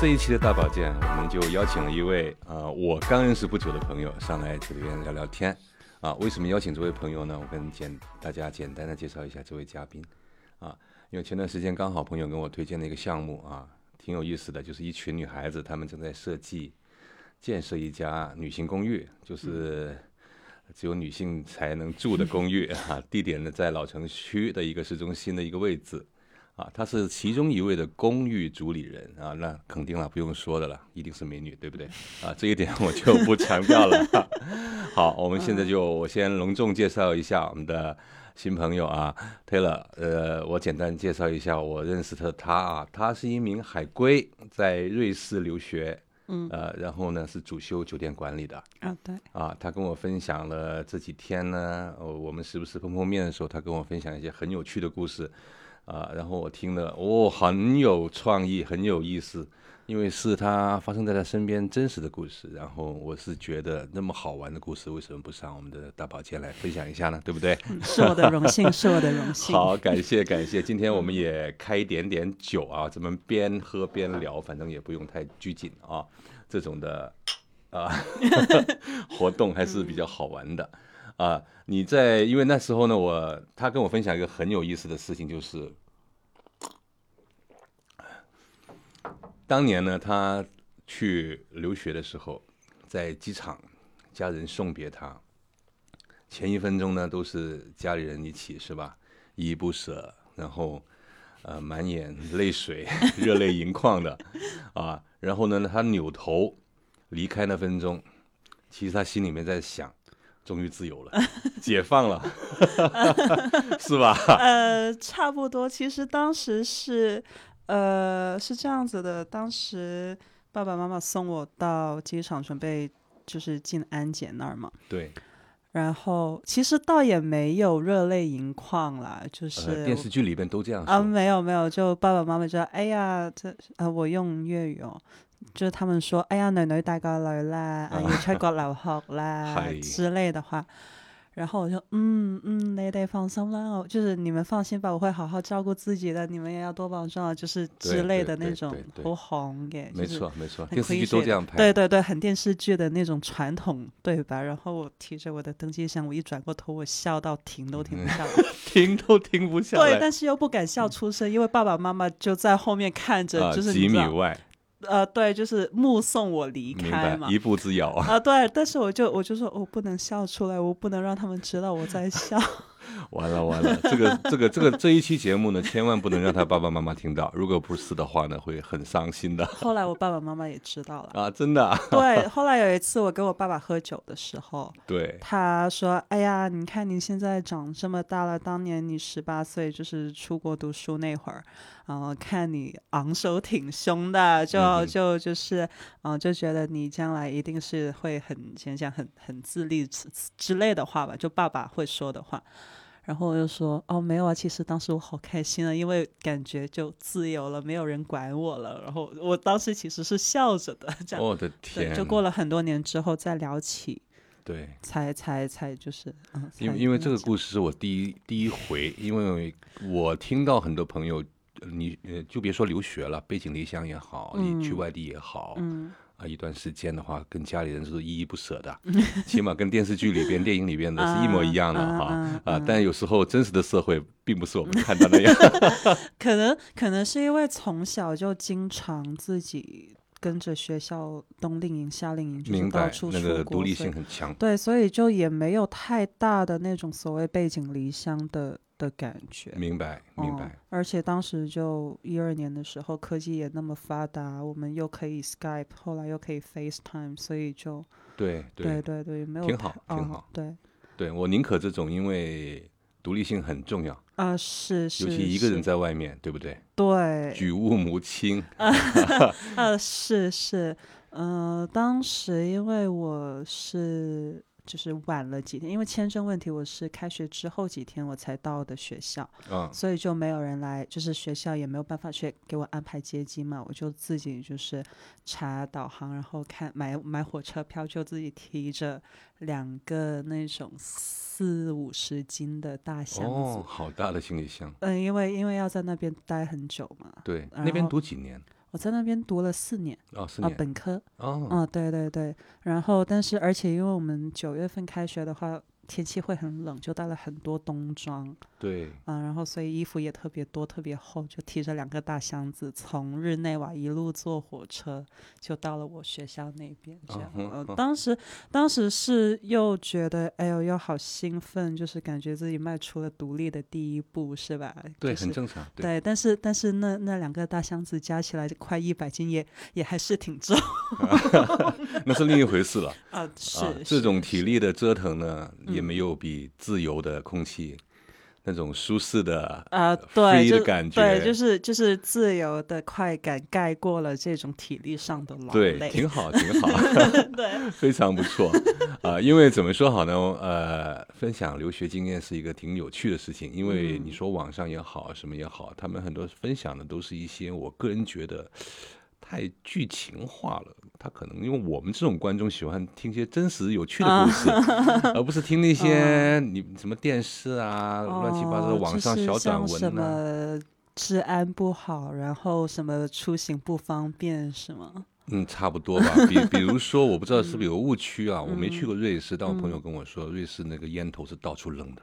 这一期的大保健，我们就邀请了一位呃我刚认识不久的朋友上来这边聊聊天啊。为什么邀请这位朋友呢？我跟简大家简单的介绍一下这位嘉宾啊，因为前段时间刚好朋友跟我推荐了一个项目啊，挺有意思的，就是一群女孩子她们正在设计建设一家女性公寓，就是只有女性才能住的公寓啊，地点呢在老城区的一个市中心的一个位置。啊，她是其中一位的公寓主理人啊，那肯定了，不用说的了，一定是美女，对不对？啊，这一点我就不强调了。 好，我们现在就我先隆重介绍一下我们的新朋友啊，Taylor。呃，我简单介绍一下我认识的他啊，他是一名海归，在瑞士留学，嗯，呃，然后呢是主修酒店管理的，啊， 对，啊，他跟我分享了这几天呢，呃我们时不时碰碰面的时候，他跟我分享一些很有趣的故事，啊，然后我听了，哦，很有创意，很有意思，因为是他发生在他身边真实的故事，然后我是觉得那么好玩的故事，为什么不上我们的大保健来分享一下呢？对不对？是我的荣幸，是我的荣幸。好，感谢感谢，今天我们也开一点点酒啊，咱们边喝边聊，反正也不用太拘谨啊，这种的啊 活动还是比较好玩的啊。你在因为那时候呢，我他跟我分享一个很有意思的事情，就是当年呢，他去留学的时候，在机场家人送别他，前一分钟呢都是家里人一起是吧，依依不舍，然后呃满眼泪水， 热泪盈眶的啊，然后呢他扭头离开那分钟，其实他心里面在想，终于自由了， 解放了， 是吧？呃，差不多。其实当时是，呃，是这样子的。当时爸爸妈妈送我到机场，准备就是进安检那儿嘛。对，然后其实倒也没有热泪盈眶啦，就是、呃，电视剧里面都这样啊，说，没有没有，就爸爸妈妈就哎呀，这啊，我用粤語哦，就是他們說哎呀，女女大個女啦，啊要出國留學啦係之類的話，然後我就嗯嗯，你哋放心啦，我就是你們放心吧，我會好好照顧自己的，你們也要多保重啊，就是對之類對的那對種對對好紅嘅，没就是错没错，很电视剧都 cliche 这样拍。对对对，很电视剧的那种传统对白。然后我提着我的登机箱，我一转过头，我笑到停都停不下来。停都停不下对，来。但是又不敢笑出声，因为爸爸妈妈就在后面看着，啊，就是几你知米道外，呃，对，就是目送我离明白开，嘛。一步之遥啊！啊、对，但是我就我就说我不能笑出来，我不能让他们知道我在笑。 完了完了， 这个这个这个这一期节目呢，千万不能让他爸爸妈妈听到，如果不是的话呢，会很伤心的 后来我爸爸妈妈也知道了。啊！真的啊、对，后来有一次我跟我爸爸喝酒的时候，对，他说：“哎呀，你看你现在长这么大了，当年你十八岁就是出国读书那会儿，然、后看你昂首挺胸的，就、嗯哼就就是，嗯、就觉得你将来一定是会很怎么讲，很很自立之之类的话吧，就爸爸会说的话。”然后我就说：“哦，没有啊，其实当时我好开心啊，因为感觉就自由了，没有人管我了。然后我当时其实是笑着的，这样。我的对，哦天，就过了很多年之后再聊起，对，才才才就是，嗯，因才为因为跟这他个讲故事是我第一第一回，因为我听到很多朋友，呃你呃就别说留学了，背井离乡也好，你去外地也好，嗯，啊，一段时间的话，跟家里人是依依不舍 的，起码跟电视剧里边、电影里边的是一模一样的啊哈啊啊！但有时候真实的社会并不是我们看到那样，可能可能是因为从小就经常自己跟着学校冬令营、夏令营，就是明到白处那个出独国，立所以性很强。对，所以就也没有太大的那种所谓背井离乡的的感觉。明白，明嗯白，而且当时就一二年的时候，科技也那么发达，我们又可以 Skype，后来又可以 FaceTime，所以就对对对对，没有挺太好挺嗯好对对，我宁可这种，因为独立性很重要，啊，是是，尤其一个是人在外面，对不对？对，举物无亲，呃，嗯是是，呃，当时因为我是就是晚了几天，因为签证问题，我是开学之后几天我才到的学校， 嗯，所以就没有人来，就是学校也没有办法去给我安排接机嘛，我就自己就是查导航，然后看买买火车票，就自己提着两个那种四五十斤的大箱子哦哦，，好大的行李箱。嗯，因为因为要在那边待很久嘛，对，那然边后读几年？我在那边读了四年哦，四啊、年本科，哦，啊、对对对。然后，但是而且因为我们九月份开学的话，天气会很冷，就带了很多冬装对，啊，然后所以衣服也特别多，特别厚，就提着两个大箱子，从日内瓦一路坐火车就到了我学校那边。这样，嗯哼呃当时当时是又觉得，哎呦，又好兴奋，就是感觉自己迈出了独立的第一步，是吧？对，就是很正常，对，对，但是但是那那两个大箱子加起来快一百斤也，也还是挺重 那是另一回事了。啊。是、啊，这是种体力的折腾呢，也嗯没有比自由的空气、那种舒适的啊， free 对，的就感对，觉就是就是自由的快感盖过了这种体力上的劳对，累。挺 好，挺好，对，哦非常不错啊、因为怎么说好呢？呃，分享留学经验是一个挺有趣的事情，因为嗯你说网上也好，什么也好，他们很多分享的都是一些我个人觉得太剧情化了。他可能因为我们这种观众喜欢听些真实有趣的故事，啊而不是听 那些你什么电视啊、乱七八糟的嗯哦网就上是小短像什文呐、么治安不好，然后什么出行不方便，是吗？嗯，差不多吧。比比如说，我不知道是不是嗯有个误区啊，我没去过瑞士，但我朋友跟我说，瑞士那个烟头是到处扔的，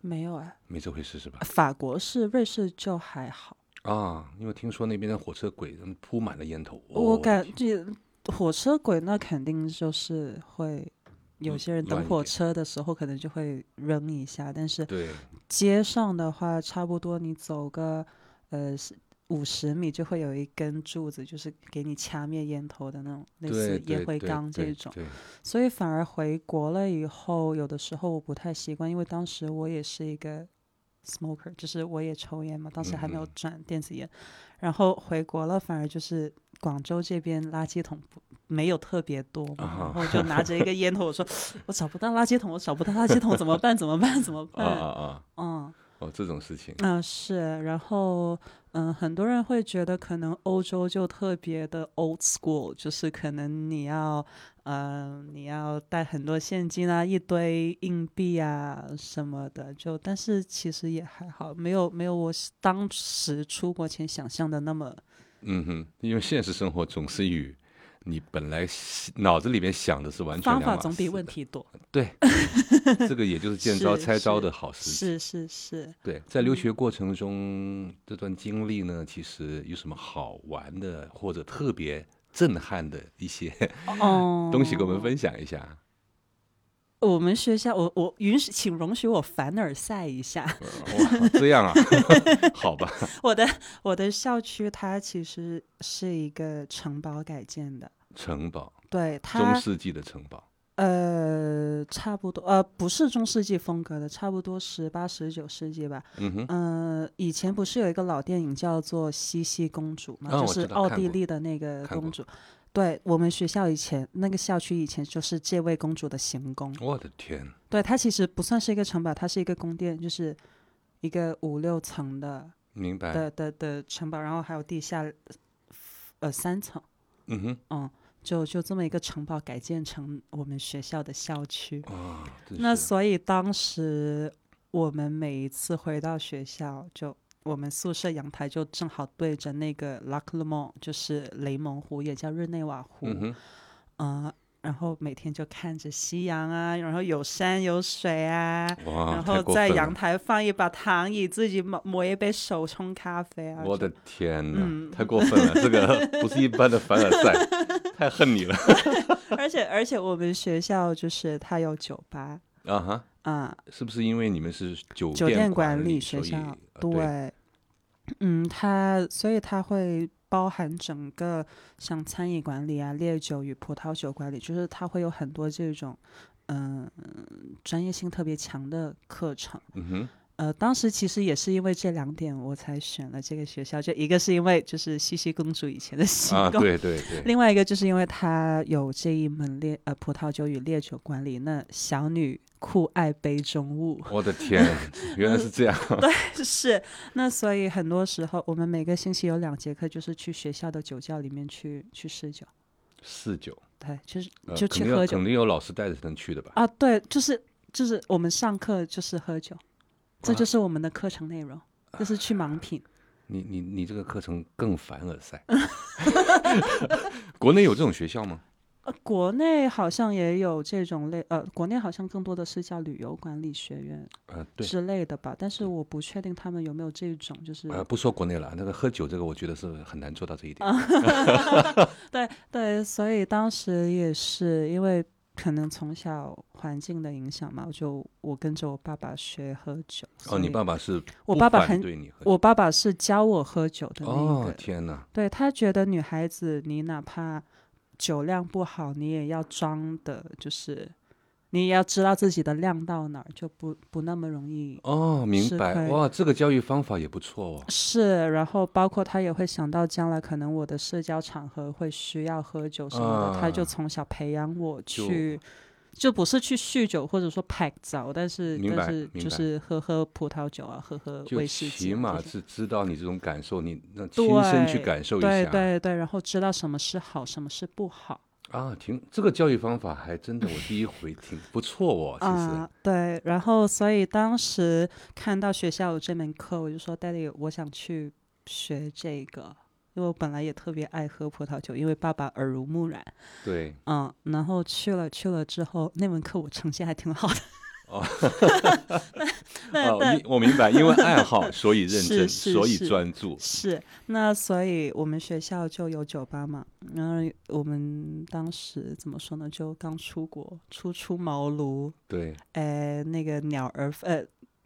没有啊，没这回事是吧？法国是，瑞士就还好。啊，因为听说那边的火车轨嗯铺满了烟头。哦我感觉火车轨那肯定就是会。有些人乱嗯等一火点车的时候可能就会扔一下，但是对，街上的话，差不多你走个呃五十米就会有一根柱子，就是给你掐灭烟头的那种，类对似对烟灰对缸对这种。对，所以反而回国了以后，有的时候我不太习惯，因为当时我也是一个 smoker，就是我也抽烟嘛，当时还没嗯有嗯转电子烟。然后回国了，反而就是广州这边垃圾桶不没有特别多嘛，啊然后就拿着一个烟头，我 说我找不到垃圾桶，我找不到垃圾桶，怎么办？怎么办？怎么啊啊办？啊！嗯。哦，这种事情，嗯、是，然后嗯，很多人会觉得可能欧洲就特别的 old school，就是可能你要嗯、呃你要带很多现金啊，一堆硬币啊什么的，就但是其实也还好，没有没有我当时出国前想象的那么嗯哼，因为现实生活总是与你本来脑子里面想的是完全方两码法事。总比问。题多， 对，这个也就是见招是拆招是的好时机。是嗯是是，对，在留学过程中，这段经历呢，其实有什么好玩的或者特别震撼的一些哦，东西，给我们分享一下？我们学校，我我允许，请容许我凡尔赛一下。呃哇，这样 啊，好吧，我的我的校区它其实是一个城堡改建的，城堡，对中它世纪的城堡，呃差不多呃不是中世纪风格的，差不多十八十九世纪吧。嗯哼，嗯、呃，以前不是有一个老电影叫做《茜茜公主》嘛，啊就我是知道奥看地过利的那个看过公主。对我们学校以前那个校区以前就是这位公主的行宫，我的天，对它其实不算是一个城堡，它是一个宫殿，就是一个五六层的明白，的的的城堡，然后还有地下呃三层，嗯哼，嗯，就就这么一个城堡改建成我们学校的校区。啊，真那是所以当时我们每一次回到学校就。我们宿舍阳台就正好对着那个 Lac Le Mont，就是雷蒙湖，也叫日内瓦湖。嗯哼，呃然后每天就看着夕阳啊，然后有山有水啊，哇，然哦太后过在分了阳台放一把躺椅，自己磨磨一杯手冲咖啡啊。我就的天哪，嗯太过分 了，这个不是一般的凡尔赛，太恨你了而且而且我们学校就是它有酒吧啊哈。啊，是不是因为你们是酒酒店管理所学以校，呃对，嗯，它所以它会包含整个像餐饮管理啊、烈酒与葡萄酒管理，就是它会有很多这种嗯、专业性特别强的课程。嗯哼， 呃，当时其实也是因为这两点，我才选了这个学校。就一个是因为就是茜茜公主以前的 西啊，贡，对对对， 另外一个就是因为它有这一门烈呃葡萄酒与烈酒管理，那小女酷爱杯中 物我的天，原来是这样， 是，那所以很多时候我们每个星期有两节课，就是去学校的酒窖里面去去试酒，四九，对，就是呃就肯去定喝有酒、肯定有老师带着才能去的吧？啊，对，就是就是啊我们上课就是喝酒，这就是我们的课程内容，就是去盲品。你你你这个课程更凡尔赛。 国内有这种学校吗？呃，国内好像也有这种类，呃，国内好像更多的是叫旅游管理学院呃，对，之类的吧，但是我不确定他们有没有这种，就是呃，不说国内了，那个喝酒这个，我觉得是很难做到这一点。啊对对，所以当时也是因为可能从小环境的影响嘛，我就我跟着我爸爸学喝酒。哦，所你以爸爸是我不爸爸反很对你喝酒我爸爸是教我喝酒的那一个，哦，天哪，对他觉得女孩子你哪怕酒量不好，你也要装的，就是你也要知道自己的量到哪儿，就不不那么容易。哦，明是白可以哇，这个教育方法也不错哦。是，然后包括他也会想到将来可能我的社交场合会需要喝酒什么的，他就啊从小培养我就去，就不是去酗酒或者说拍照，但是明但白是明就白是喝喝葡萄酒啊，喝喝就威士忌起啊这码些，是知道你这种感受，你让亲对，身去感受一对下。对对，然后知道什么是好，什么是不好。啊，挺这个教育方法还真的，我第一回听，不错哦，其实。啊，对，然后所以当时看到学校有这门课，我就说：“Daddy，我想去学这个，因为我本来也特别爱喝葡萄酒，因为爸爸耳濡目染。”对，嗯，然后去了去了之后，那门课我成绩还挺好的。哦 那，哦，那那因我明白，因为爱好，所以认是真，是所以是专注。是那，所以我们学校就有酒吧嘛。然后我们当时怎么说呢？就刚出国，初出茅庐，对，呃，那个鸟儿，呃，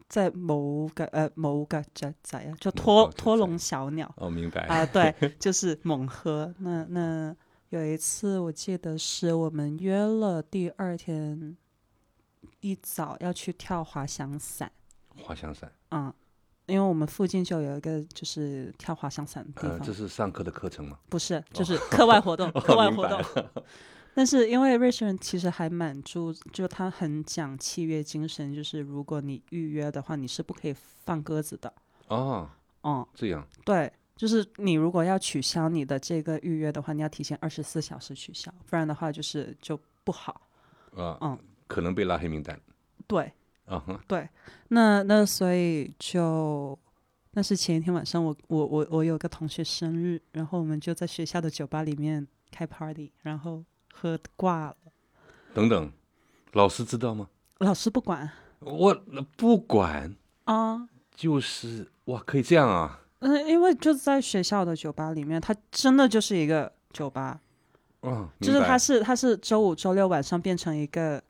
在某个呃某个仔仔啊，就某拖个仔拖仔笼小鸟。哦，明白。啊，对， 就是猛喝。那那有一次，我记得是我们约了第二天一早要去跳滑翔伞，滑翔伞，嗯，因为我们附近就有一个就是跳滑翔伞的地呃，方，这是上课的课程吗？不是，就是课 外活动，课外明活白动。 但是因为瑞士人其实还蛮注，就他很讲契约精神，就是如果你预约的话，你是不可以放鸽子的，哦，嗯。这样对，就是你如果要取消你的这个预约的话，你要提前二十四小时取消，不然的话就是就不好。啊，嗯可能被拉黑名单对啊哈。对，那那所以就。那是前一天晚上我，我我我有个同学生日，然后我们就在学校的酒吧里面开 party，然后喝挂了，等等，老师知道吗？老师不管我不管，啊，就是哇，可以这样啊。嗯、因为就在学校的酒吧里面，它真的就是一个酒吧，啊，明就是白它是它是周五、周六晚上变成一个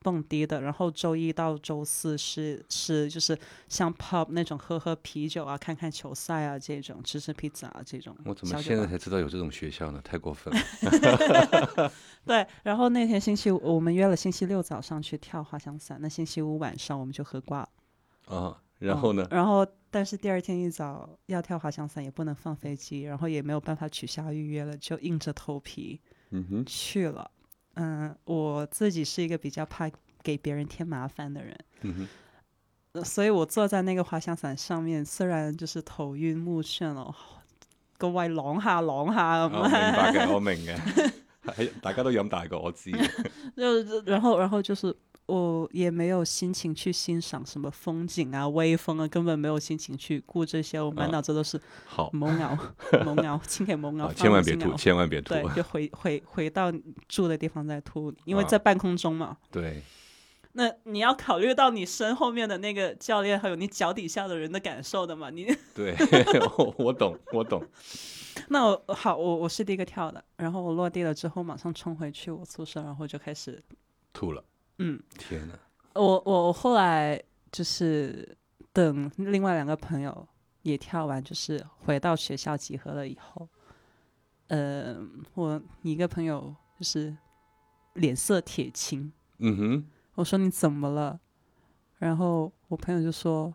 蹦迪的，然后周一到周四是是就是像 pub 那种喝喝啤酒啊、看看球赛啊这种，吃吃披萨啊这种。我怎么现在？才知道有这种学校呢？太过 分了对，然后那天星期五我们约了星期六早上去跳滑翔伞，那星期五晚上我们就喝挂了。啊！然后呢嗯？然后但是第二天一早要跳滑翔伞，也不能放飞机，然后也没有办法取消预约了，就硬着头皮。嗯哼，去了。嗯，我自己是一个比较怕给别人添麻烦的人，嗯哼，呃所以我坐在那个滑翔伞上面，虽然就是头晕目眩哦，個胃啷下啷下啊我明咁，白嘅，我明嘅。 係大家都飲大過，我知嘅。 就然后然后就是。我也没有心情去欣赏什么风景啊、微风啊，根本没有心情去顾这些。我满啊脑子都是好蒙牛、蒙牛，请 给蒙牛啊，，嗯放千万别进吐，牛千万别吐。对，就回回回到住的地方再吐，因为啊在半空中嘛。对，那你要考虑到你身后面的那个教练，还有你脚底下的人的感受的嘛。你对， 我我懂，我懂。 那我好，我我是第一个跳的，然后我落地了之后，马上冲回去我宿舍，然后就开始，吐了，嗯，天哪！我我我后来就是等另外两个朋友也跳完，就是回到学校集合了以后，呃，我一个朋友就是脸色铁青，嗯哼，我说你怎么了？然后我朋友就说，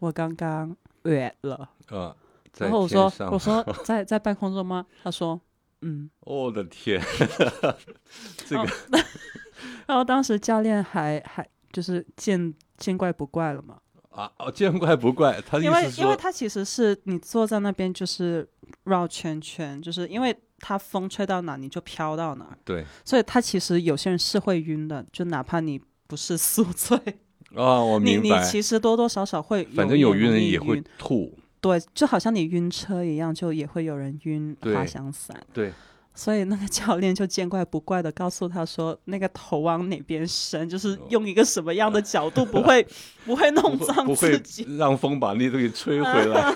我刚刚哕了。啊，在然后我天说上，我说在在半空中吗？他说，嗯。我的天，这个然后当时教练还还就是见见怪不怪了嘛，啊，哦，见怪不怪。他的意因为思是因为说，他其实是你坐在那边就是绕圈圈，就是因为他风吹到哪你就飘到哪儿，对所以他其实有些人是会晕的，就哪怕你不是宿醉，啊，我你明你白。其实多多少少会，反正有也晕容人易也会晕吐，对，就好像你晕车一样，就也会有人晕对滑翔伞。对，所以那个教练就见怪不怪的告诉他说，那个头往哪边伸， 就是哦用一个什么样的角度，不会 不会弄不脏哦不自会己。让风把那东西吹回来。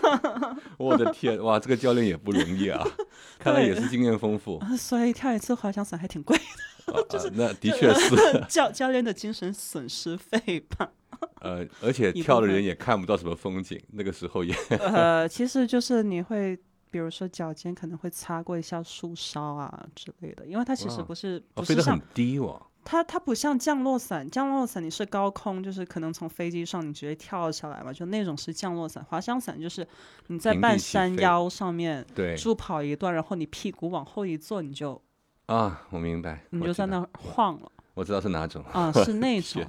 我的天，哇，这个教练也不容易啊，看来也是经验丰富。啊啊所以跳一次滑翔伞还挺贵的，啊那 的确是， 教教练的精神损失费 吧。呃，而且一部跳的人分也看不到什么风景，那个时候也呃，其实就是你会，比如说脚尖可能会擦过一下树梢啊之类的，因为它其实哇不是哦不飞是得像、很低哦。它它不像降落伞，降落伞你是高空，就是可能从飞机上你直接跳下来嘛，就那种是降落伞。滑翔伞就是你在平半地起山飞腰上面对助跑一段，然后你屁股往后一坐，你就啊，我明白，你我就知在道那儿 晃了我知道是哪种。 啊，是那种。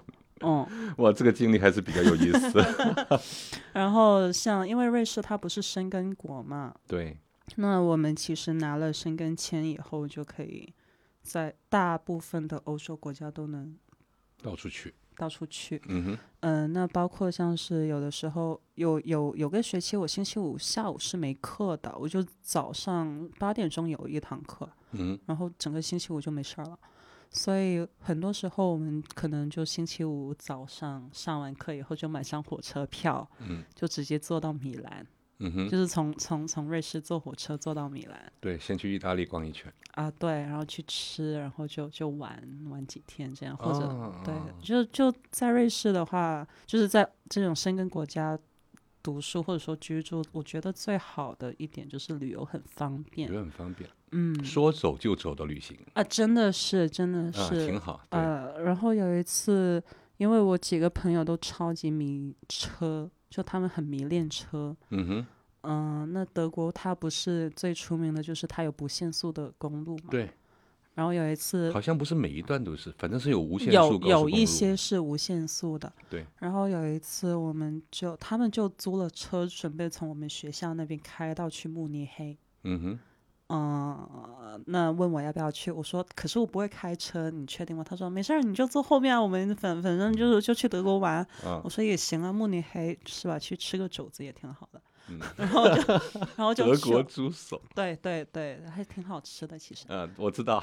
嗯，哇，这个经历还是比较有意思。然后像因为瑞士它不是申根国嘛，对，那我们其实拿了申根签以后，就可以在大部分的欧洲国家都能到处去。到处去。嗯哼，嗯、那包括像是有的时候有有有个学期，我星期五下午是没课的，我就早上八点钟有一堂课，嗯然后整个星期五就没事儿了。所以很多时候我们可能就星期五早上上完课以后就买张火车票，嗯就直接坐到米兰，嗯哼，就是从从从瑞士坐火车坐到米兰。对，先去意大利逛一圈。啊，对，然后去吃，然后就就玩玩几天这样，或者、哦对哦，就就在瑞士的话，就是在这种申根国家读书或者说居住，我觉得最好的一点就是旅游很方也便，很方便，嗯说走就走的旅行啊，真的是真的啊，是，挺好。对，呃，然后有一次，因为我几个朋友都超级迷车，就他们很迷恋车，嗯哼，嗯、那德国它不是最出名的就是它有不限速的公路嘛，对，然后有一次好像不是每一段都是，反正是有无限呃有速高速有公一路些是无限速的。对。然后有一次，我们就他们就租了车，准备从我们学校那边开到去慕尼黑。嗯哼，嗯，那问我要不要去，我说可是我不会开车，你确定吗？他说没事儿，你就坐后面啊，我们反反正就是就去德国玩。啊我说也行啊，慕尼黑是吧？去吃个肘子也挺好的。嗯然后就然后就德去国了猪 手对对对，还挺好吃的其实。啊，我知 道，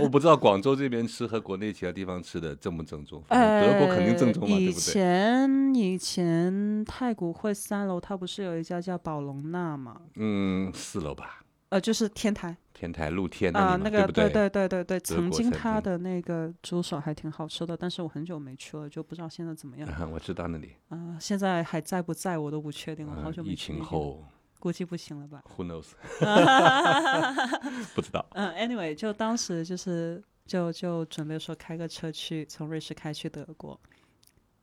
我不知道广州这边吃和国内其他地方吃的正不正宗，反正呃，嗯德国肯定正宗嘛，对以不对？前以前太古汇三楼，它不是有一家叫宝龙纳嘛？嗯，四楼吧，呃，就是天台天台露天啊、里嘛，那对个不对对？对对对对，德曾国经餐它厅的那个猪手还挺好吃的，但是我很久没去了，就不知道现在怎么样 啊、啊我知道那里，现在还在不在我都不确定了，好嗯久没疫去情那边了后估计不行了吧？ ，who knows，不知道。嗯、a n y w a y 就当时就是就就准备说开个车去从瑞士开去德国，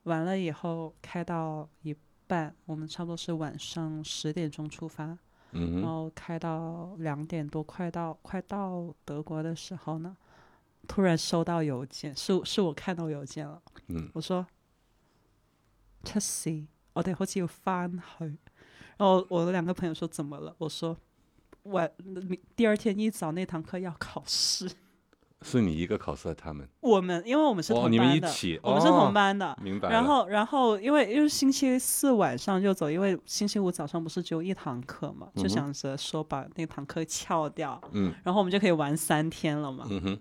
完了以后开到一半，我们差不多是晚上十点钟出发，嗯然哼，后开到两点多，快到快到德国的时候呢，突然收到邮件，是是我看到邮件了，嗯，我说出事，我哋好似要翻去，然后我的两个朋友说怎么了？我说我明第二天一早那堂课要考试，是你一个考试，他们我们因为我们是哦同你们班一的，起我们是哦同班的，明白了。然后，然后，因为因为星期四晚上就走，因为星期五早上不是只有一堂课嘛，嗯哼就想着说把那堂课翘掉，嗯，然后我们就可以玩三天了嘛。嗯哼，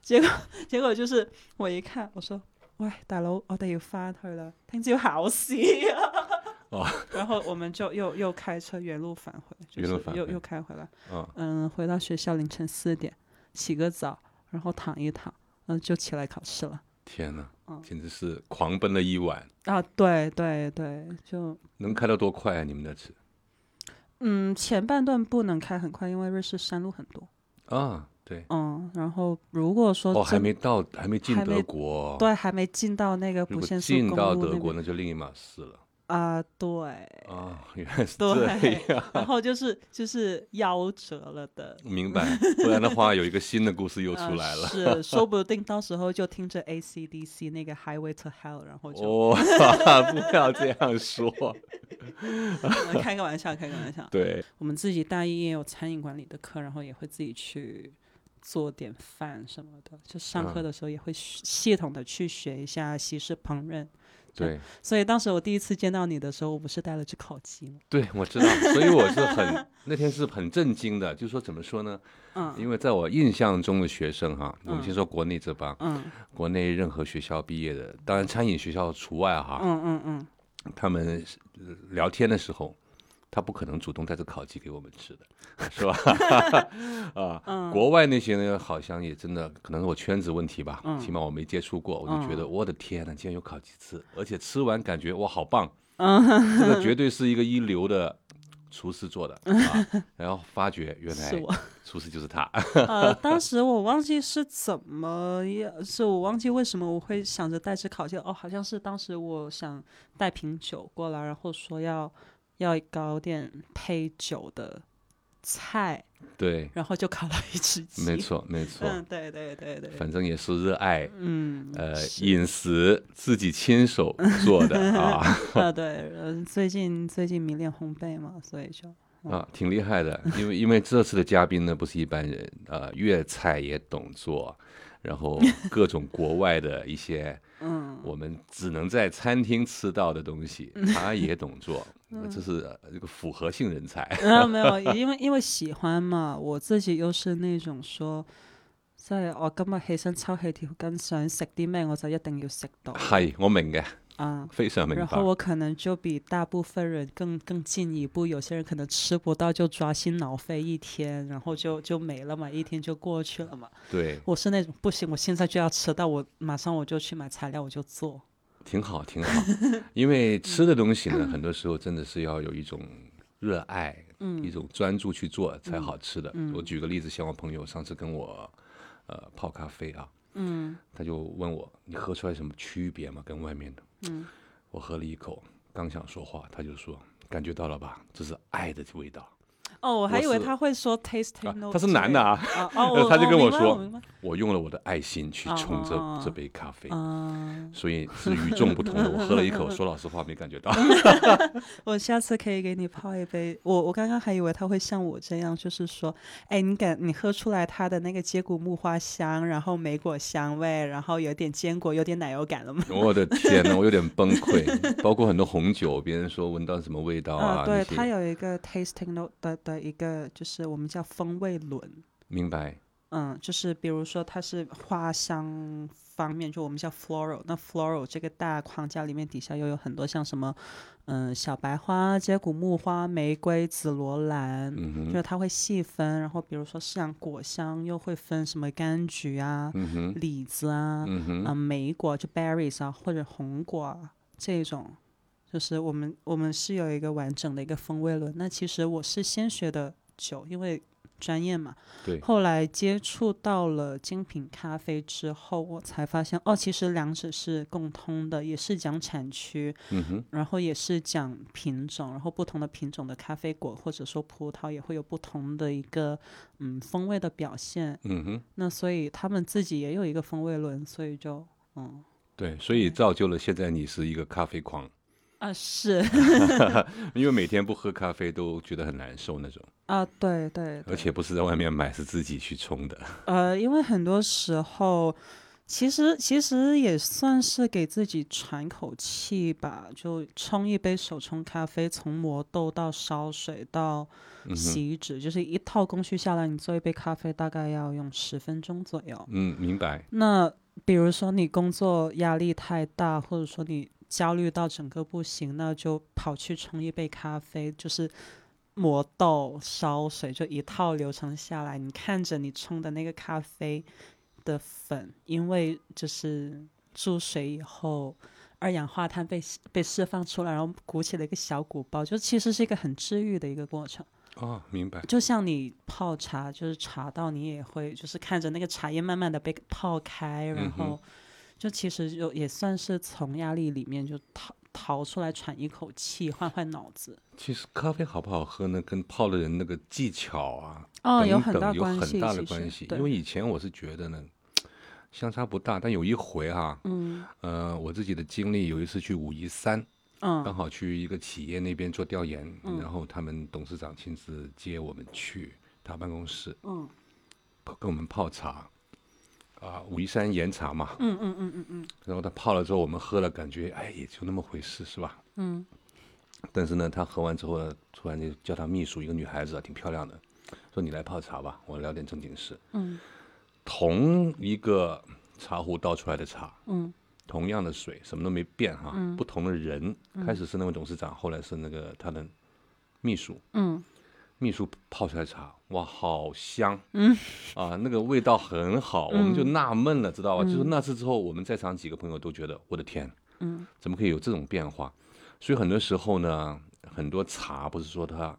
结果就是我一看，我说：“喂，大佬，我哋要翻去啦，聽朝考試啊！” 哦然后我们就又又开车原路返回，就原路是返又回又开回来。啊，嗯，回到学校凌晨四点，洗个澡，然后躺一躺，嗯，就起来考试了。天哪嗯，简直是狂奔了一晚，啊，对对对，就能开到多快啊？你们那次嗯，前半段不能开很快，因为瑞士山路很多。啊，对，嗯，然后如果说哦，还真没到，还没进还没德国，，对，还没进到那个如不果限速进公到路德那国边那就另一码事了啊，对， 啊，原来是这对样，然后就是就是夭折了的。明白，不然的话有一个新的故事又呃出 来了。是，说不定到时候就听着 AC/DC 那个 Highway to Hell，然后就、哦， 不要这样说。呃开个玩笑，开个玩笑。对，我们自己大一也有餐饮管理的课，然后也会自己去做点嗯饭什么的。就上课的时候也会学系统的去学一下西式烹饪、对所以当时我第一次见到你的时候，我不是带了只烤鸡吗？对，我知道，所以我是 很那天是很震惊的，就说怎么说呢？嗯因为在我印象中的学生哈，我们嗯先说国内这帮，嗯国内任何学校毕业的，当然餐饮学校除外哈，嗯嗯嗯，他们是呃聊天的时候，他不可能主动带着烤鸡给我们吃的， 是吧？啊，嗯国外那些呢，好像也真的可能是我圈子问题吧，嗯起码我没接触过，我就觉得、我的天呐，竟然有烤鸡吃，而且吃完感觉哇，好棒！嗯这个绝对是一个一流的厨师 做的啊，然后发觉原是来 我。厨师就是他， 呃，当时我忘记是怎么样，是我忘记为什么我会想着带只烤鸡。哦，好像是当时我想带瓶酒过来，然后说要要搞点配酒的菜，对，然后就烤了一只鸡。没错，没错。嗯，对对对对，反正也是热爱，嗯，呃，是饮食自己亲手做 的啊。啊对，呃最近最近迷恋烘焙嘛，所以就啊，挺厉害的，因为因为这次的嘉宾呢不是一般人，呃，粤菜也懂做，然后各种国外的一些，嗯，我们只能在餐厅吃到的东西，他也懂做，这是呃一个复合性人才。 啊，没有，因为因为喜欢嘛，我自己又是那種說，即係我今日起身抽起條筋，想食啲咩我就一定要食到係，我明嘅，啊。非常明然白後。我可能就比大部分人更更进一步，有些人可能吃不到就抓心挠肺一天，然后就就没了嘛，一天就过去了嘛。对，我是那种不行，我现在就要吃到，我马上我就去买材料，我就做。挺好， 挺好。因为吃的东西呢，嗯很多时候真的是要有一种热爱，嗯一种专注去做才好吃的。我举个例子，像我朋友上次跟我呃泡咖啡啊，嗯，他就问我你喝出来什么区别吗？跟外面的，嗯，我喝了一口，刚想说话，他就说感觉到了吧，这是爱的味道。哦，我还以为是他会说 tasting note，他是男的啊之类的哦，哦他就跟我我明白说明白我用了我的爱心去冲这、哦这杯咖啡，啊。所以是与众不同的。我喝了一口，说老实话没感觉到。我下次可以给你泡一杯。我我刚刚还以为他会像我这样，就是说，哎，你感你喝出来它的那个接骨木花香，然后莓果香味，然后有点坚果，有点奶油感了吗？ 我的天呐，我有点崩溃。包括很多红酒，别人说闻到什么味道啊，对，那它些有一个 tasting note 的的一个，就是我们叫风味轮。明白嗯，就是比如说它是花香方面，就我们叫 floral。那 floral 这个大框架里面底下又有很多像什么，嗯，小白花、接骨木花、玫瑰、紫罗兰，嗯就是它会细分。然后比如说像果香又会分什么柑橘嗯啊、李子啊、啊莓果就 berries 啊或者红果啊这种。就是我们我们是有一个完整的一个风味轮。那其实我是先学的酒，因为专业嘛。对后来接触到了精品咖啡之后，我才发现哦，其实两者是共通的，也是讲产区，嗯哼，然后也是讲品种，然后不同的品种的咖啡果或者说葡萄也会有不同的一个嗯风味的表现。嗯哼，那所以他们自己也有一个风味轮，所以就嗯对，所以造就了现在你是一个咖啡狂，啊是 因为每天不喝咖啡都觉得很难受那种，啊对对而对，且不是在外面买，是自己去冲的。呃，因为很多时候，其实其实也算是给自己喘口气吧，就冲一杯手冲咖啡，从磨豆到烧水到洗纸，就是一套工序下来，你做一杯咖啡大概要用十分钟左右。嗯，明白。那比如说你工作压力太大，或者说你焦虑到整个不行，那就跑去冲一杯咖啡，就是磨豆、烧水，就一套流程下来，你看着你冲的那个咖啡的粉，因为就是注水以后。二氧化碳被被释放出来，然后鼓起了一个小鼓包，就其实是一个很治愈的一个过程。哦，明白。就像你泡茶，就是茶到你也会，就是看着那个茶叶慢慢的被泡开，嗯然后就其实就也算是从压力里面就逃逃出来，喘一口气，换换脑子。其实咖啡好不好喝呢，跟泡的人那个技巧啊，哦，等有等很大有关很系，大的其实关系。对因为以前我是觉得呢，相差不大，但有一回哈、嗯呃，我自己的经历，有一次去武夷山，刚嗯好去一个企业那边做调研，然后他们董事长亲自接我们去他办公室嗯跟我们泡茶。啊武夷山岩茶嘛，嗯嗯嗯嗯嗯，然后它泡了之后我们喝了，感觉哎也就那么回事是吧？嗯，但是呢，他喝完之后呢，突然就叫他秘书一个女孩子啊，挺漂亮的，说你来泡茶吧，我聊点正经事。嗯，同一个茶壶倒出来的茶，嗯，同样的水，什么都没变哈，不同的人，嗯开始是那位董事长，后来是那个他的秘书，嗯，秘书泡出来的茶，哇，好香，嗯， 啊，那个味道很好，我们就嗯纳闷了，知道吧？就是那次之后，我们在场几个朋友都觉得，我的天，嗯，怎么可以有这种变化？所以很多时候呢，很多茶不是说它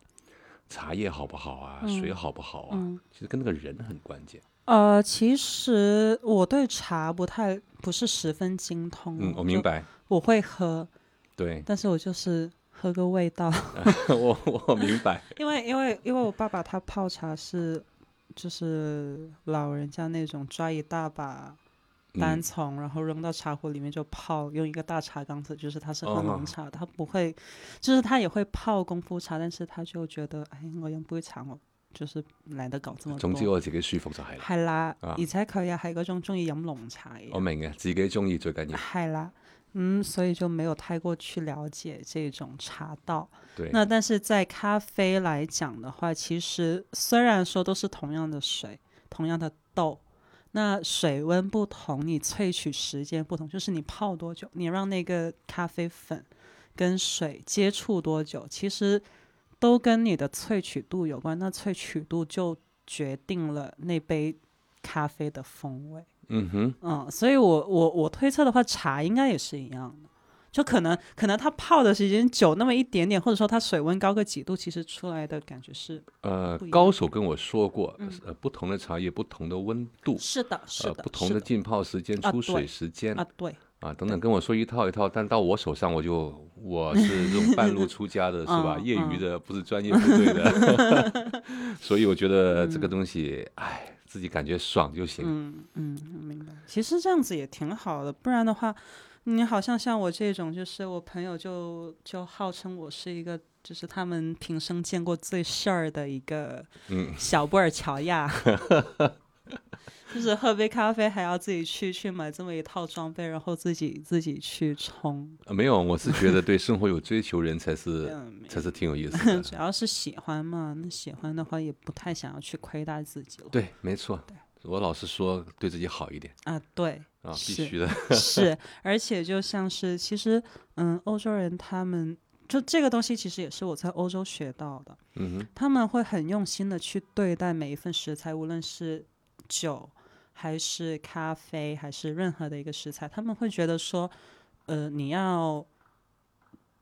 茶叶好不好啊，嗯水好不好啊，其实跟那个人很关键。呃，其实我对茶不太不是十分精通，嗯，我明，白，我会喝，对 但是我就是喝个味道，我我明白， 因为因为因为我爸爸他泡茶是就是老人家那种抓一大把单嗯丛，然后扔到茶壶里面就泡，用一个大茶缸子，就是他是喝浓哦茶的，他不会，就是他也会泡功夫茶，但是他就觉得，哎，我用杯茶，我就是懶得搞这麼總之多。我自己舒服就係啦。係啦，啊哦而且佢又係嗰種中意飲濃茶嘅我人，明嘅，自己中意最緊要。係啦，嗯，所以就沒有太過去了解這種茶道。對，那但是在咖啡来讲的话，其实虽然说都是同样的水，同样的豆，那水温不同，你萃取时间不同，就是你泡多久，你让那个咖啡粉跟水接触多久，其实都跟你的萃取度有关。那萃取度就决定了那杯咖啡的风味。嗯哼，嗯，所以我我我推测的话，茶应该也是一样的，就可能可能它泡的时间久那么一点点，或者说它水温高个几度，其实出来的感觉是呃不一，样高手跟我说过，呃，不同的茶叶不同的温度，是的，是呃，的，不同的浸泡时间、啊出水对时间啊，对，啊等等，跟我说一套一套，但到我手上我就我是这种半路出家的，是吧？嗯业余的，不是专业部队的， 所以我觉得这个东西，哎，自己感觉爽就行。嗯嗯，明白。其实这样子也挺好的，不然的话，你好像像我这种，就是我朋友就就号称我是一个，就是他们平生见过最事儿的一个嗯小布尔乔亚。 就是喝杯咖啡还要自己去去买这么一套装备，然后自己自己去冲，呃没有，我是觉得对生活有追求人才 是嗯，才是挺有意思的。主要是喜欢嘛。那喜欢的话，也不太想要去亏待自己了。 对，没错，我老是说对自己好一点啊，对，啊，是必须的。 是，而且就像是，其实，嗯，欧洲人他们就这个东西，其实也是我在欧洲学到的。嗯哼，他们会很用心的去对待每一份食材，无论是酒还是咖啡，还是任何的一个食材，他们会觉得说，呃，你要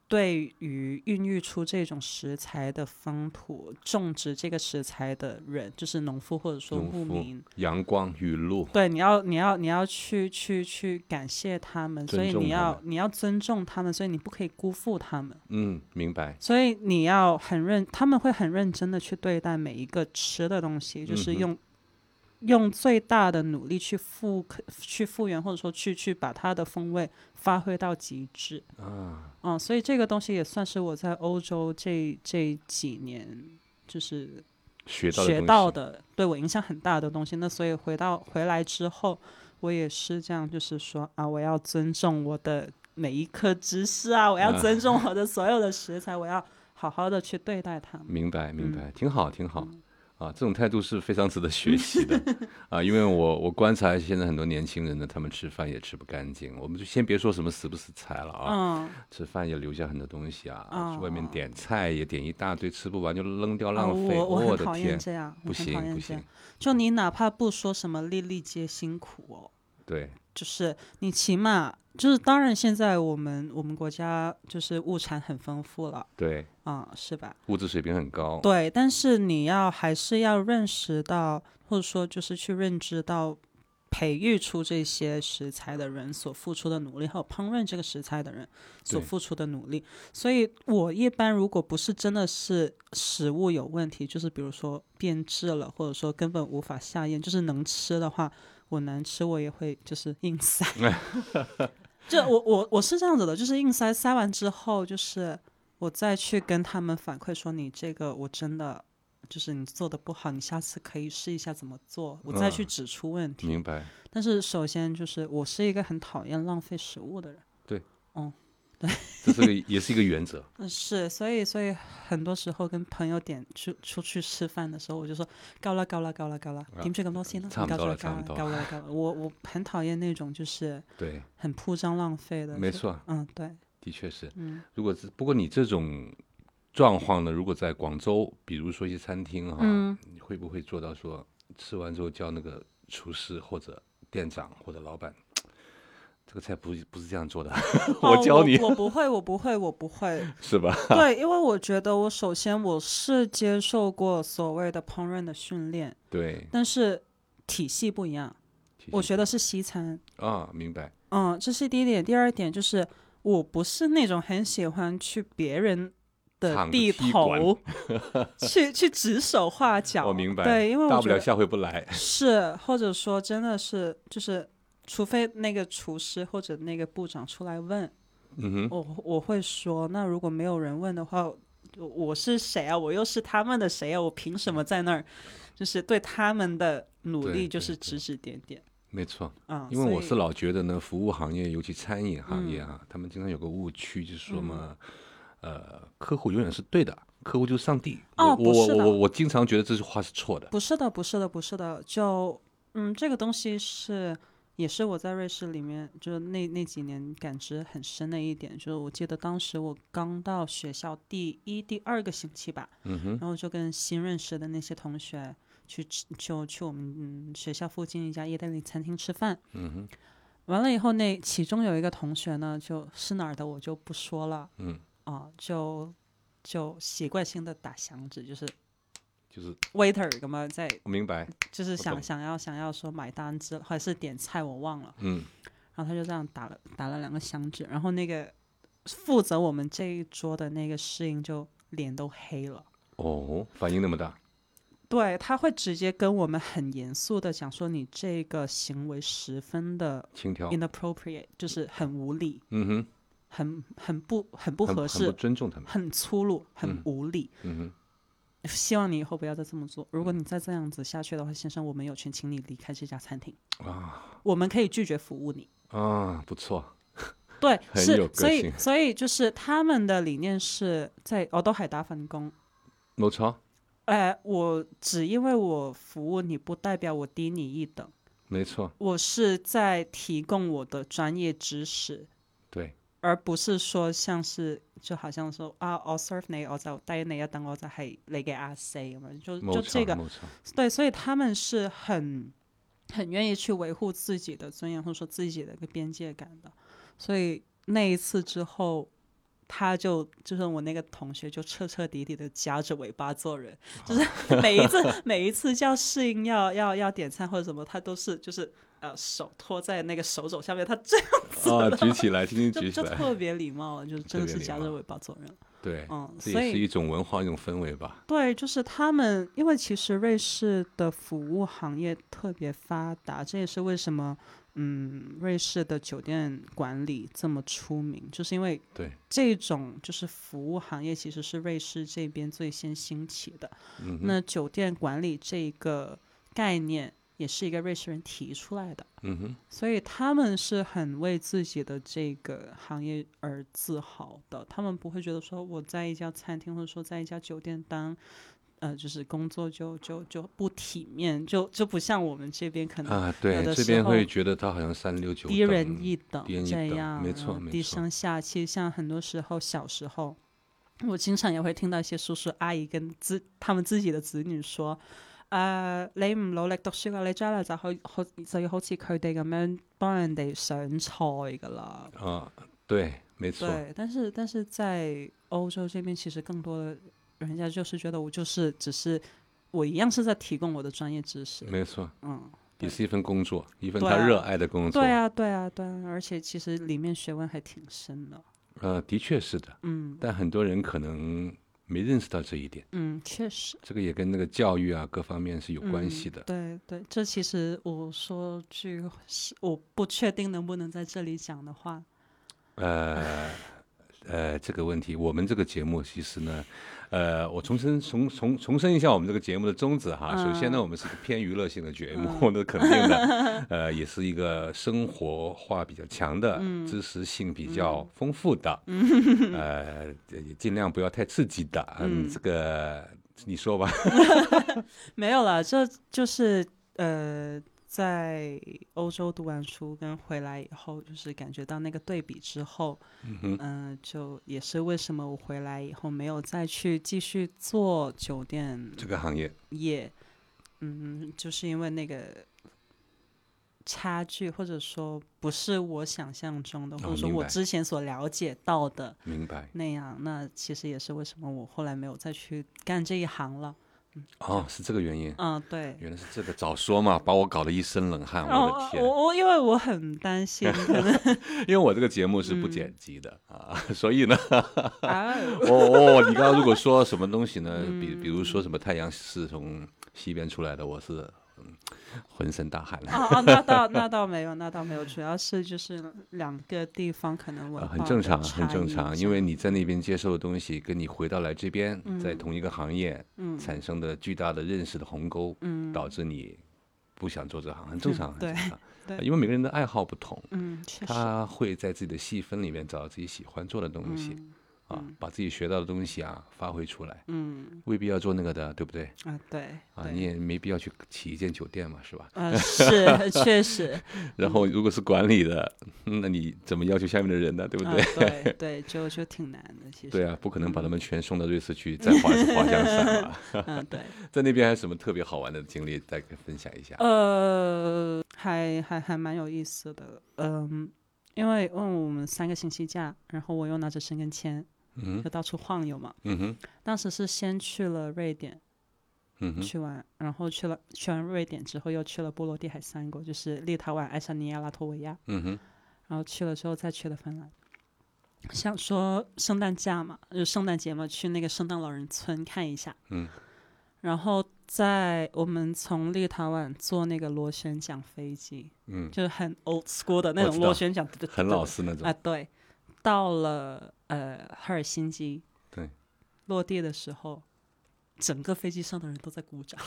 对于孕育出这种食材的风土，种植这个食材的人，就是农夫或者说农牧夫民，阳光雨露，对，你要你要你要去去去感谢他们，所尊以重你他要们你要尊重他们，所以你不可以辜负他们，嗯，明白。所以你要很认，他们会很认真的去对待每一个吃的东西，就是嗯哼用、用最大的努力去复刻去复原，或者说去去把它的风味发挥到极致啊，嗯，所以这个东西也算是我在欧洲这这几年就是学到的学东到西的，对我影响很大的东西。那所以回到回来之后，我也是这样，就是说啊，我要尊重我的每一颗知识啊，我要 尊重我的所有的食材，我要好好的去对待它们。明白，明嗯白，挺好，挺好。啊，这种态度是非常值得学习 的啊！因为我我观察现在很多年轻人呢，他们吃饭也吃不干净。我们就先别说什么食不食材了啊，嗯，吃饭也留下很多东西啊，哦去外面点菜也点一大堆，吃不完就扔掉啊浪费。我我我很的讨厌天，这样，不我很讨行不厌这样行。，就你哪怕不说什么粒粒皆辛苦哦，对，就是你起码就是，当然现在我们我们国家就是物产很丰富了对，啊、是吧？物质水平很高，对，但是你要还是要认识到，或者说就是去认知到，培育出这些食材的人所付出的努力，还有烹饪这个食材的人所对付出的努力。所以我一般如果不是真的是食物有问题，就是比如说变质了，或者说根本无法下咽，就是能吃的话，我难吃我也会就是硬塞。这我我我是这样子的，就是硬塞塞完之后，就是我再去跟他们反馈说你这个我真的就是你做的不好，你下次可以试一下怎么做，我嗯再去指出问题。明白。但是首先就是我是一个很讨厌浪费食物的人，这是个也是一个原则。嗯，是，所以所以很多时候跟朋友点出出去吃饭的时候，我就说够了够了够了够了，點咁多先啦，啊差唔夠多啦啦差唔夠多啦夠啦夠啦。我我很讨厌那种就是对，很铺张浪费的。没就错，嗯， 对，的确是。嗯如果是不过你这种状况呢，如果在广州，比如说一些餐厅哈、嗯你会不会做到说吃完之后叫那个厨师或者店长或者老板，这个菜不是不是这样做的， 哦教你我不会，我不会，我不会。是吧？对，因为我觉得我首先我是接受过所谓的烹饪的训练，对，但是体系不一样。其我实学的是西餐，啊，明白，嗯，这是第一点。第二点就是，我不是那种很喜欢去别人的躺着地踢馆头去去指手画脚。 我哦明白。对，因为大我不觉了得下回不来。 是，或者说真的是就是。除非那个厨师或者那个部长出来问，嗯哼，我我会说，那如果没有人问的话，我我是谁啊？我又是他们的谁啊？我凭什么在那儿？就是对他们的努对力对就是对指指点点没错。啊。因为所我以嗯是老觉得呢，服务行业，尤其餐饮行业啊，他们经常有个误区，就是说嘛，呃，客户永远是对的，客户就是上帝。哦我不我是我的我我经常觉得这句话是错的。不是的，不是的，不是的，就嗯，这个东西是也是我在瑞士里面，就是那那几年感知很深的一点，就是我记得当时我刚到学校第一、第二个星期吧，嗯哼，然后就跟新认识的那些同学去吃，就去我们、嗯、学校附近一家意大利餐厅吃饭。嗯哼，完了以后那，其中有一个同学呢，就是哪儿的我就不说了，嗯，啊，就就习惯性的打响指，就是就是 waiter 咁样在我明白，就是懂想想要想要说买单之还是点菜，我忘了。嗯，然后他就这样打了打了两个响指，然后那个负责我们这一桌的那个侍应就脸都黑了。哦，反应那么大，对，他会直接跟我们很严肃的讲说你这个行为十分的轻佻， inappropriate，就是很无理，嗯哼，很很不很不很合很适不，尊重他们，很粗鲁，很嗯无理。嗯哼，希望你以后不要再这么做。如果你再这样子下去的话，先生，我们有权请你离开这家餐厅。啊，我们可以拒绝服务你。啊，不错，对，很有是，个所以性所以就是他们的理念是在我都係打份工，冇错，哎、我只因为我服务你，不代表我低你一等，没错，我是在提供我的专业知识，对，而不是说像是就好像说啊，我 serve 你，我就低你一等，我就係你嘅阿四咁樣，就冇就错，這個冇 错，对，所以他们是很很愿意去维护自己的尊严，或者说自己的一个边界感的。所以那一次之后，他就就是我那个同学就彻彻底底的夹着尾巴做人，就是 每一次每一次叫适应要要要点餐或者什么，他都是就是呃手托在那个手肘下面，他这啊，举起来，轻轻举 起就就来，特别礼貌了，就是真的别是礼夹貌着尾巴做人。对，嗯，这所也以是一种文化，一种氛围吧，对，就是他们，因为其实瑞士的服务行业特别发达，这也是为什么，嗯，瑞士的酒店管理这么出名，就是因为对，这种就是服务行业其实是瑞士这边最先兴起的。嗯哼，那酒店管理这一个概念也是一个瑞士人提出来的，嗯哼。所以他们是很为自己的这个行业而自豪的，他们不会觉得说我在一家餐厅或者说在一家酒店当，呃，就是工作就就就不体面，就就不像我们这边可能啊，对有，的这时边会候觉得他好像三六九低等人一等低人一这等样，没然错后没低错声下气。像很多时候小时候，我经常也会听到一些叔叔阿姨跟自他们自己的子女说。誒、你唔努力讀書嘅，你將來就可以好就要好似佢哋咁樣幫人哋上菜㗎啦。啊，对，没错，對，但是但是在歐洲這邊，其實更多的人家就是覺得我就是只是我一樣是在提供我的專業知識。没错，嗯，也是一份工作，一份对他啊热爱的工作。對啊，對啊，對啊，而且其實裡面學問還挺深的。呃，的确是的，嗯，但很多人可能没认识到这一点，嗯，确实这个也跟那个教育啊各方面是有嗯关系的。对对，这其实我说句是我不确定能不能在这里讲的话，呃呃，这个问题，我们这个节目其实呢，呃，我重申重重重申一下我们这个节目的宗旨哈。首先呢，我们是个偏娱乐性的节目，那肯定的，呃，也是一个生活化比较强的，知识性比较丰富的，呃，也尽量不要太刺激的。嗯，这个你说吧。 没有了，这就是呃，在欧洲读完书跟回来以后，就是感觉到那个对比之后，嗯、就也是为什么我回来以后没有再去继续做酒店这个行业，业，嗯，就是因为那个。差距，或者说不是我想象中的，或者说哦明我白之前所了解到的明白。那样，那其实也是为什么我后来没有再去干这一行了。哦，是这个原因。嗯，对，原来是这个，早说嘛，把我搞得一身冷汗，我的哦，天！我我因为我很担心，可能因为我这个节目是嗯不剪辑的、啊， 所以呢，啊，哦哦，你刚刚如果说什么东西呢，比比如说什么太阳是从西边出来的，我是嗯浑身大汗，哦哦，那倒那倒没有，那倒没有，主要是就是两个地方可能文呃化、很正常，很正常，因为为你在那边接受的东西，跟你回到来这边，嗯在同一个行业、产生的巨大的认识的鸿沟，导致你不想做这行，很正常，很嗯 对正常，对呃因为每个人的爱好不同。嗯，确实，他会在自己的细分里面找到自己喜欢做的东西，啊，把自己学到的东西啊发挥出来，嗯未必要做那个的，对不对？啊，对啊，对你也没必要去起一间酒店嘛，是吧？呃，是 确实，然后如果是管理的，那你怎么要求下面的人呢？对不啊对？ 对对，就就挺难的，其实，对啊，不可能把他们全送到瑞士 去再滑滑翔伞吧？嗯，对，在那边还有什么特别好玩的经历，再跟分享一哦下？呃，还还还蛮有意思的，嗯。因为嗯问我们三个星期假，然后我又拿着申根签，嗯就到处晃悠嘛。嗯哼，当时是先去了瑞典，嗯哼，去完，然后去了去完瑞典之后，又去了波罗的海三国，就是立陶宛、爱沙尼亚、拉脱维亚，嗯哼，然后去了之后再去了芬兰。想说圣诞假嘛，就圣诞节嘛，去那个圣诞老人村看一下。嗯。然后在我们从立陶宛坐那个螺旋桨飞机，嗯，就是很 old school 的那我知种道螺旋桨，对对对很老式那啊，种，对，到了呃赫尔辛基，对，落地的时候，整个飞机上的人都在鼓掌，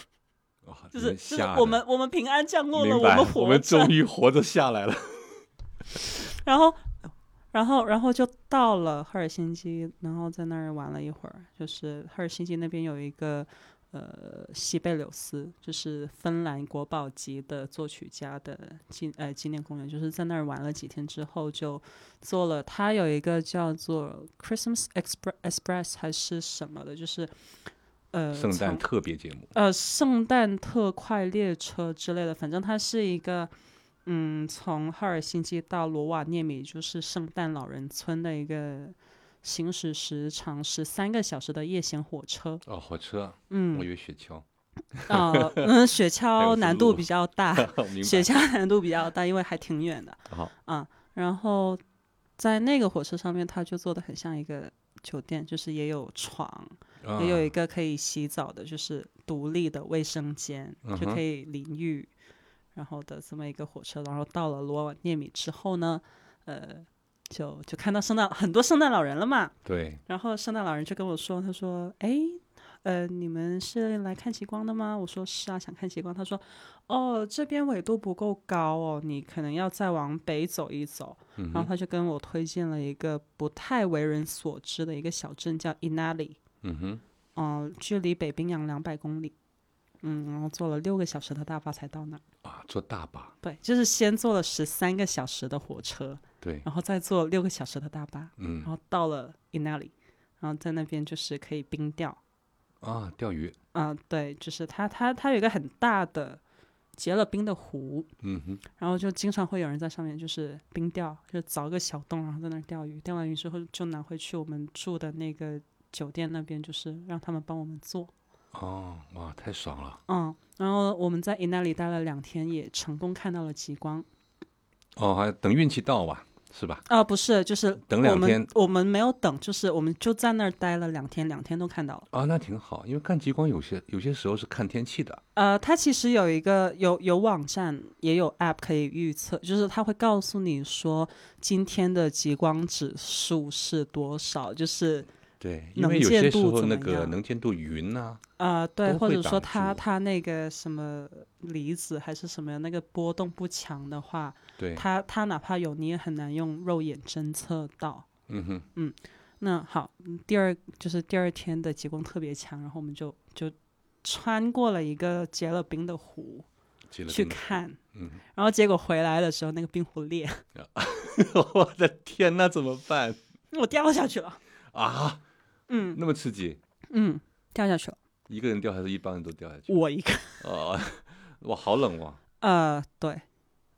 哇就吓是就是人我们我们平安降落了，明白，们活着终，于活着下来了。然后然后然后就到了赫尔辛基，然后在那儿玩了一会儿，就是赫尔辛基那边有一个。呃，西贝柳斯就是芬兰国宝级的作曲家的纪呃纪念公园，就是在那儿玩了几天之后，就做了他有一个叫做 Christmas Express Express 还是什么的，就是呃圣诞从特别节目，呃，圣诞特快列车之类的，反正它是一个，嗯，从赫尔辛基到罗瓦涅米，就是圣诞老人村的一个行驶时长十三个小时的夜行火 车。哦，火车，我嗯以为雪 橇，啊，嗯，雪还有橇是难度路比较大， 明雪白。橇难度比较大，因为还挺远的。好，啊，然后在那个火车上面，它就做的很像一个酒店，就是也有床，啊嗯也有一个可以洗澡的，就是独立的卫生间，就嗯可哼以淋浴，然后的这么一个火车。然后到了罗瓦涅米之后呢，呃，就就看到圣诞很多圣诞老人了嘛。对，然后圣诞老人就跟我说，他说：“哎，呃，你们是来看极光的吗？”我说：“是啊，想看极光。”他说：“哦，这边纬度不够高哦，你可能要再往北走一走。嗯然后他就跟我推荐了一个不太为人所知的一个小镇，叫 Inari。嗯哼，嗯、距离北冰洋两百公里。嗯，然后坐了六个小时的大巴才到那儿。啊，坐大巴，对，就是先坐了十三个小时的火车，对，然后再坐六个小时的大巴，嗯然后到了 Inari，然后在那边就是可以冰钓。啊，钓鱼，啊、对，就是它它它有一个很大的结了冰的湖，嗯哼，然后就经常会有人在上面就是冰钓，就凿个小洞，然后在那儿钓鱼。钓完鱼之后就拿回去我们住的那个酒店那边，就是让他们帮我们做。哦，哇，太爽了，嗯，然后我们在伊那里待了两天，也成功看到了极光。哦，还等运气到吧，是吧？啊，不是，就是等两我们天我们没有等，就是我们就在那儿待了两天，两天都看到了。啊，那挺好，因为看极光有些有些时候是看天气的。呃，它其实有一个有有网站，也有 App 可以预测，就是它会告诉你说今天的极光指数是多少，就是对，因能为有见些时度候怎那么个样能见度云呐、呃，对，都或会者挡说它住它那个什么离子还是什么那个波动不强的话，对，它它哪怕有你也很难用肉眼侦测到。嗯哼，那好，嗯第二就是第二天的极光特别强，然后我们就就穿过了一个结了冰的湖记了去真的。看，嗯，然后结果回来的时候那个冰湖裂， 我的天，那怎么办我掉下去了，啊？嗯那么刺激，嗯，掉下去了，一个人掉还是一帮人都掉下去？我一个， 哦， 哇，好冷哦哇！呃，对，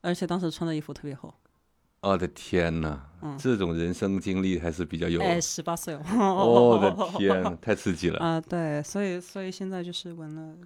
而且当时穿的衣服特别厚，我的天呐，嗯这种人生经历还是比较有。哎，十八岁哦，哦我的天，太刺激了 啊、对，所以所以现在就是纹了，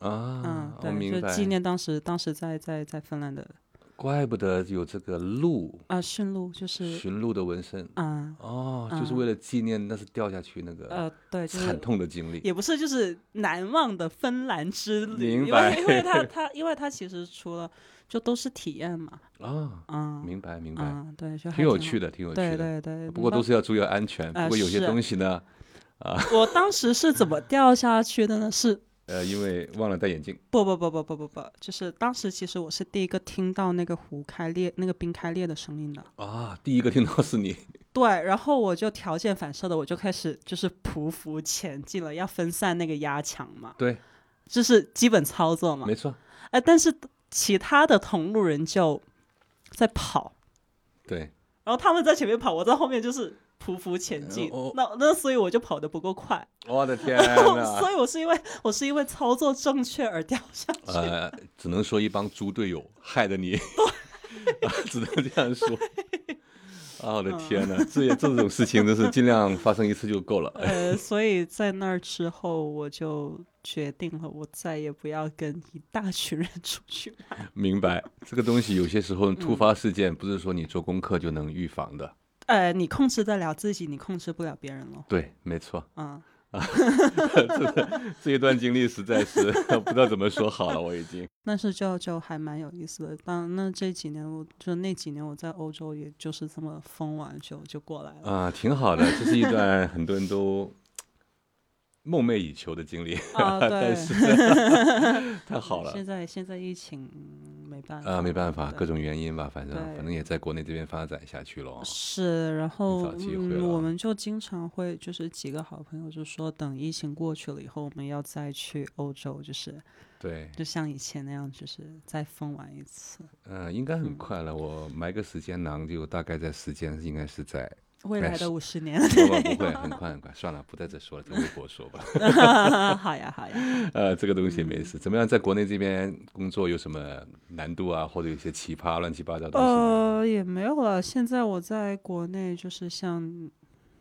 嗯啊！，我对，就明是白，纪念当时当时在在在芬兰的怪不得有这个鹿啊、驯鹿，就是驯鹿的纹身啊、哦，就是为了纪念那是掉下去那个呃，对，就是惨痛的经历。也不是就是难忘的芬兰之旅，明因白为因 为它它因为它其实除了就都是体验嘛，啊，嗯明白明白，嗯，对，就还挺有趣的，的，挺有趣对的。对对。不过都那是要注意安全。不呃过有些是东西呢，我当时是怎么掉下去的呢？是呃，因为忘了戴眼镜。不不不不不不不，就是当时其实我是第一个听到那个湖开裂、那个冰开裂的声音的，啊，第一个听到是你，对，然后我就条件反射的我就开始就是匍匐前进了，要分散那个压强嘛，对，这是基本操作嘛没。错，哎，但是其他的同路人就在跑， 对，然后他们在前面跑，我在后面就是匍匐前进。哦那那所以我就跑得不够快，我的啊天呐！ 所以我是因为我是因为操作正确而掉下 去。呃，只能说一帮猪队友害得 你，啊只能这样说。啊，我的天呐，嗯这也这种事情真是尽量发生一次就够了。呃，所以在那儿之后，我就决定了，我再也不要跟一大群人出去玩。明白，这个东西有些时候突发事件不是说你做功课就能预防的。呃，你控制得了自己，你控制不了别人了。对，没错，嗯，这一段经历实在是 不知道怎么说好了，我已经。但是就就还蛮有意思的。当那这几年我，就那几年我在欧洲，也就是这么疯完就就过来了。啊，挺好的，这是一段很多人都梦寐以求的经 历， 啊但对是太好了现在现在疫情嗯没办法啊，没办法，对各种原因吧，反正对反正也在国内这边发展下去了。是，然后找机会嗯，我了们就经常会就是几个好朋友就说，等疫情过去了以后，我们要再去欧洲，就是对，就像以前那样，就是再疯玩一次。嗯，应该很快了，我埋个时间囊，就大概在时间应该是 在，未哎来是的五十 年， 不不不会，很快很快，算了，不在这说了，在微博说 吧。好呀好呀。呃，这个东西嗯没事。怎么样，在国内这边工作有什么难度啊，或者有些奇葩乱七八糟的东西吗？呃，也没有了。现在我在国内，就是像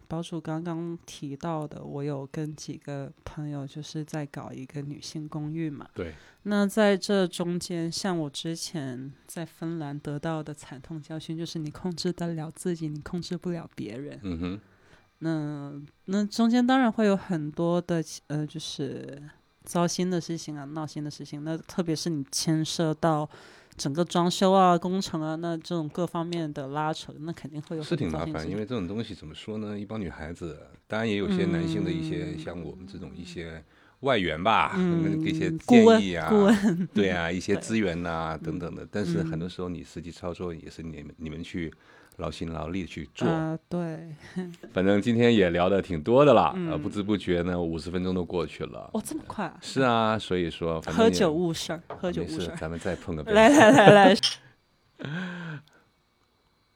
博主刚刚提到的，我有跟几个朋友就是在搞一个女性公寓嘛。对，那在这中间，像我之前在芬兰得到的惨痛教训，就是你控制得了自己，你控制不了别人。嗯哼，那那中间当然会有很多的呃，就是糟心的事情啊，闹心的事情。那特别是你牵涉到整个装修啊、工程啊，那这种各方面的拉扯，那肯定会有是很挺糟麻心的烦，事因情为这种东西怎么说呢？一帮女孩子，当然也有些男性的一些、像我们这种一些外援吧，嗯给一些顾建问议啊，顾对啊，一些嗯对嗯资源呐、等等的。但是很多时候你实际操作也是你们你们去劳心劳力去做。啊、对，反正今天也聊的挺多的了，呃，不知不觉呢五十分钟都过去了。嗯哦，这么快、啊，是啊，所以说反正喝也酒误事儿，喝酒没误事事，儿。咱们再碰 个杯。来来来来，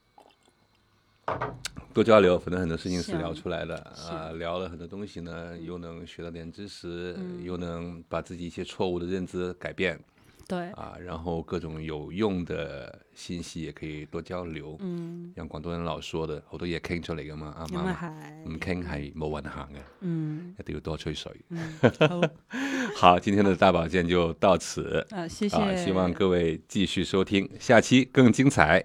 多交流，反正很多事情是是啊聊出来的是嗯啊、啊聊了很多东西呢，又能学到点知识，嗯又能把自己一些错误的认知改变对，啊，然后各种有用的信息也可以多交流。嗯，像广东人老說嘅，好多嘢傾出嚟噶嘛，啱唔有冇啱？海？唔傾係冇運行嘅，嗯一定要多吹水。 嗯，好，好，今天的大保健就到此呃，谢谢，啊啊，希望各位继续收听，下期更精彩。